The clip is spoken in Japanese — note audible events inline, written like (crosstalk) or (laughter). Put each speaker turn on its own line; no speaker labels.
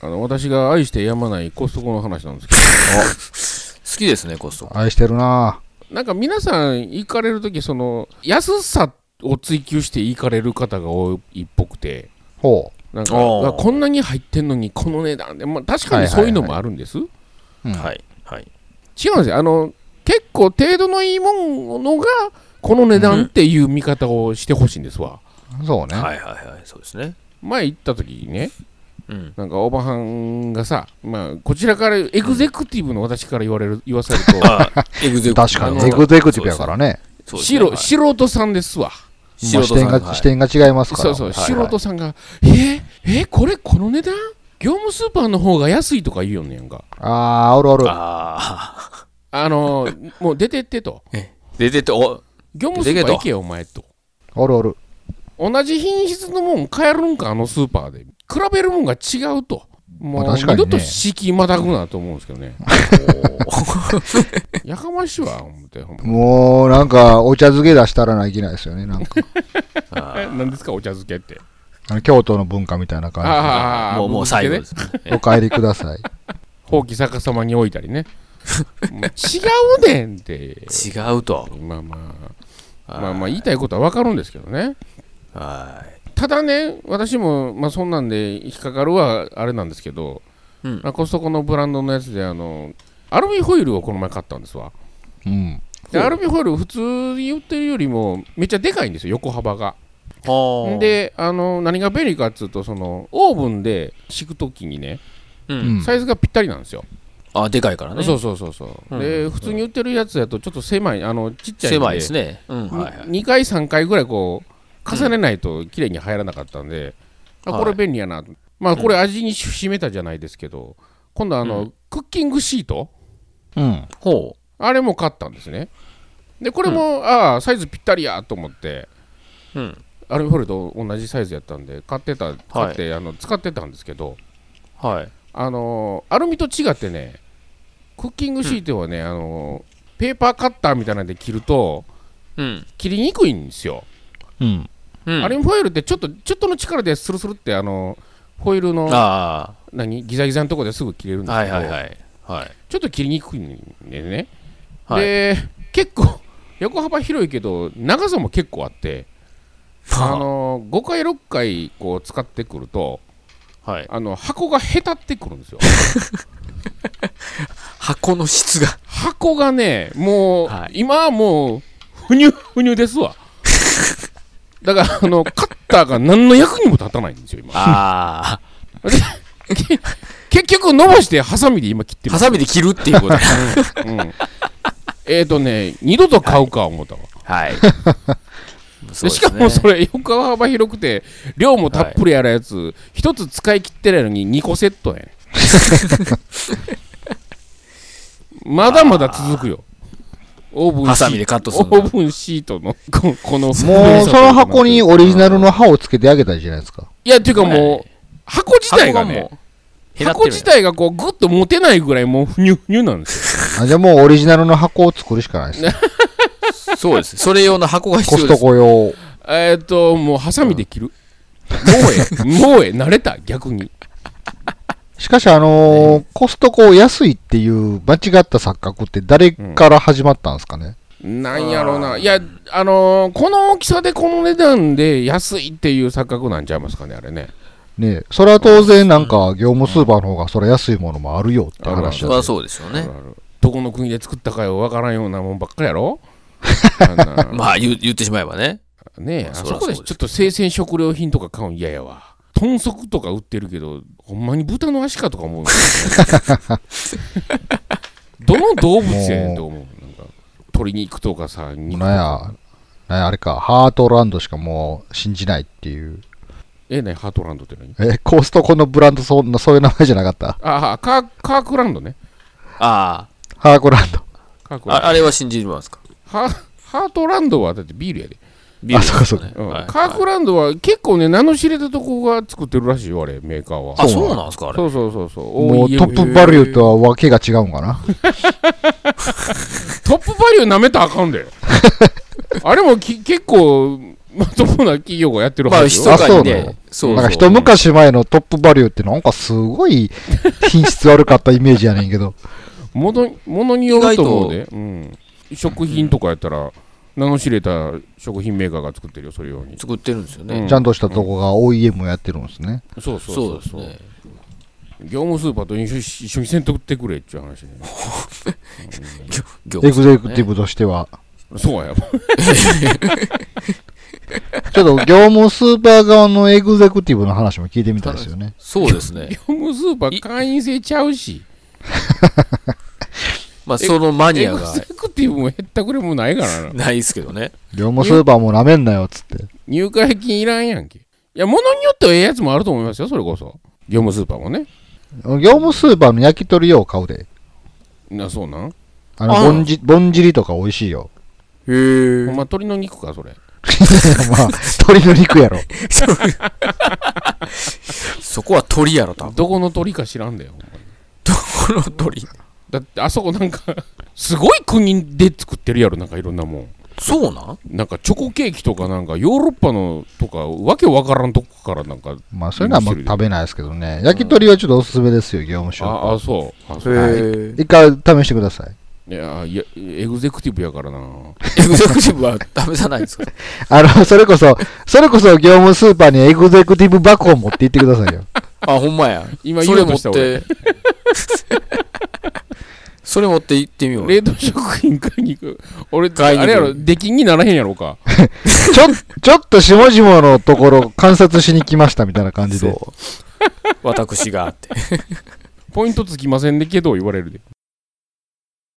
あの私が愛してやまないコストコの話なんですけ
好きですね、コストコ。
愛してるな
ど、なんか皆さん行かれるとき、その、安さを追求して行かれる方が多いっぽくて、
ほ
なんか、
おー
あこんなに入ってんのにこの値段で、まあ確かにそういうのもあるんです。
う。うん
はい。はい。
違うんですよ。あの、結構程度のいいものが、この値段っていう見方をしてほしいんですわ。
そうね。
はいはいはい。そうですね。
前行った時にね、
うん。
なんかおばはんがさ、まあ、こちらからエグゼクティブの私から言われる、言わ
(laughs)
されると、
あ、エグゼ
確かに、
あの
エグゼクティブやからね。
そうですね。
白、
はい
素人さんですわ。
まあ
白人
視
さ
点
ん
が、
はい
視点が違いますから。
そうそう、
はいはい
素人さんが、ええこれこの値段業務スーパーの方が安いとか言うよんねやんか。
あー、おるおる。
ああ。
あの (laughs) ー、もう出てってと。
出てって、お、
業務スーパー行けよ、お前と。
おるおる。
同じ品質のもん買えるんか、あのスーパーで。比べるもんが違うと。もう、
まあ確か
二
にね
度と敷居またぐなと思うんですけどね。やかましいわ、思って。ほんま
もう、なんか、お茶漬け出したらないけないですよね。なんか、
え何ですか、お茶漬けって。
あの京都の文化みたいな感
ああ、
もう、もう
ぶつけ
最後
ね
です。
じで。お帰りください。
ほうき逆さまに置いたりね。もう違うねんって。
違うと。
まあまあ、まあまあ言いたいことはわかるんですけどね。
は
ただね、私も、まあそんなんで引っかかるはあれなんですけど、
うん
まあコストコのブランドのやつで、あの、アルミホイルをこの前買ったんですわ。
(laughs) うん。
でアルミホイル普通に売ってるよりもめっちゃでかいんですよ横幅が
い。はあ。、
であの何が便利かっつうとそのオーブンで敷くときにね
う。
うんん。
サイズがぴったりなんですよ、
あ、でかいからね。
そうそうそうそう、
うん
で普通に売ってるやつだとちょっと狭いあのちっちゃいん
狭いですね。うん。
に
はいはい。
2回3回ぐらいこう重ねないと綺麗に入らなかったんで、
うん
あこれ便利やな、まあこれ味に締めたじゃないですけど今度あの、
う
クッキングシート
うん。
ほ
あれも買ったんですねでこれも、ああサイズぴったりやと思って
う。うん。
アルミホイルと同じサイズやったんで買ってた買って、あの使ってたんですけど
はい。
あのーアルミと違ってねクッキングシートはね、あのーペーパーカッターみたいなんで切ると
うん。
切りにくいんですよ、
うん。
うん
アルミホイルってちょっとちょっとの力でスルスルってあのホイールの
あ
何ギザギザのとこですぐ切れるんで
あ。
す
は
け
い
ど、
はいはい。はい。
ちょっと切りにくいんでね、
はい
で結構横幅広いけど長さも結構あって、あのー、5回6回こう使ってくると
はい。
あの箱がへたってくるん
(laughs)
ですよ
箱の質が。
箱がねもう、
はい
今はもうふにゅふにゅですわだからあのカッターが何の役にも立たないんですよ今
ああ。
結局伸ばしてハサミで今切ってる
ハサミで切るっていうこと。
うんうんえっ、ー、とね二度と買うか思ったわ、
はい。
でしかもそれ横幅広くて量もたっぷりあるやつ一、つ使い切ってないのに2個セットやね
(laughs)
まだまだ続くよオーブンシート
ハサミでカットするんだ
オーブンシートのここのもう
もう、その箱にオリジナルの刃をつけてあげたらいいじゃないですか。
いやっていうかもう箱自体がね
もう、
箱自体がこうグッと持てないぐらいもうふにゅふにゅなんですよ
あじゃあもうオリジナルの箱を作るしかないですね。
そうです。それ用の箱が必
コ
要
ス
で
ト
す。
コ用。
えーっと、もう、ハサミで切る。もうええ、もうええ、慣れた、逆に。
しかし、あのーコストコを安いっていう間違った錯覚って誰から始まったんですかね。
なんやろうな。いや、あのーこの大きさでこの値段で安いっていう錯覚なんちゃいますかね、あれね。
ねえそれは当然なんか業務スーパーの方がそれ安いものもあるよって
あるある
話
そ
だ
れは
と
そうでしょうね。
あるどこの国で作ったかよ、わからんようなもんばっかりやろあんな
(laughs) まあ言う言ってしまえばね。
ねえ、あ
そら
そこで
そうです
ちょっと生鮮食料品とか買うん嫌やわ。豚足とか売ってるけど、ほんまに豚の足かとか思うよね。どの動物やねんと思う。なんか鶏肉とかさ、肉とか
なんや、なんやあれか、ハートランドしかもう信じないっていう。
ええねハートランドって何
え、コストコのブランドそんな、そういう名前じゃなかった。
ああ、カーカークランドね。
あ
ハーコランド。
カー
あ。
クランド
ああれは信じますか
ハハートランドはだってビールやで。
ビール
あそうかそうか
です
う
よ
ん
ねはい
カークランドは結構ね、名の知れたとこが作ってるらしいよ、あれ、メーカーは。
あ、そうなんですかあれ。
そうそうそうそう。
もう
OEM
トップバリューとはわけが違うんかな。
トップバリュー舐めたらあかん
(laughs)
で。あれもき結構まともな企業がやってる
まあ、
はず
密
よ。
あ
かに
そうな
ね
の、
そう
なん
そ
か
う。
一昔前のトップバリューってなんかすごい品質悪かったイメージやねんけど。
ものものによると思うで、うん、食品とかやったら名の知れた食品メーカーが作ってるよそれ用に
作ってるんですよ
う
ね。
ちゃんとしたとこが OEM をやってるんですね。
そうそ
そ
うそうう
です
そう、
ね。
業務スーパーと一緒一緒にせんとってくれっちゅう話ね
業
エ
業
グゼクティブとしては。
そうや
ちょっと業務スーパー側のエグゼクティブの話も聞いてみたいですよね。
そうですね。
業務スーパー会員制ちゃうし
まあ、そのマニ
エ
ア
グ
が
ゼクティブもへったくれもないからな
ないですけどね。
業務スーパーもなめんなよっつって。
入会金いらんやんけいや物によってはええやつもあると思いますよそれこそ業務スーパーもね
業務スーパーの焼き鳥用買うで。
なそうなん
あの、
あ
ぼんじ、ぼんじりとか美味しいよ。 (laughs)
へ
ほん
え。
ま鳥の肉かそれ
まあ、鶏の肉やろ。
そこは鳥やろ、
(laughs)
多分。
どこの鳥か知らんだよほんま
この鳥。
だってあそこなんかすごい国で作ってるやろなんかいろんなもん
そうなん
なんかチョコケーキとかなんかヨーロッパのとかわけわからんとこからなんか
まあ、そういうのはあんま食べないですけどね。焼き鳥はちょっとおすすめですよ、業務スーパ
ああそうあそう
へえ。
ー。一回試してください。
いやいやエグゼクティブやからな
エグゼクティブは試さないんですか
あの、それこそ、それこそ業務スーパーにエグゼクティブバッグを持って行ってくださいよ。
(laughs) あ、ほんまや。
今
そ
言
れ
おう
持
と
っ
した俺
て。 (laughs) それ持って行ってみようよ。
冷凍食品買いに行く俺
買いに行く
あれやろ出禁にならへんやろか
ちょ、ちょっと下々のところ観察しに来ましたみたいな感じで。
そう。私があって。
ポイントつきませんねけど言われるで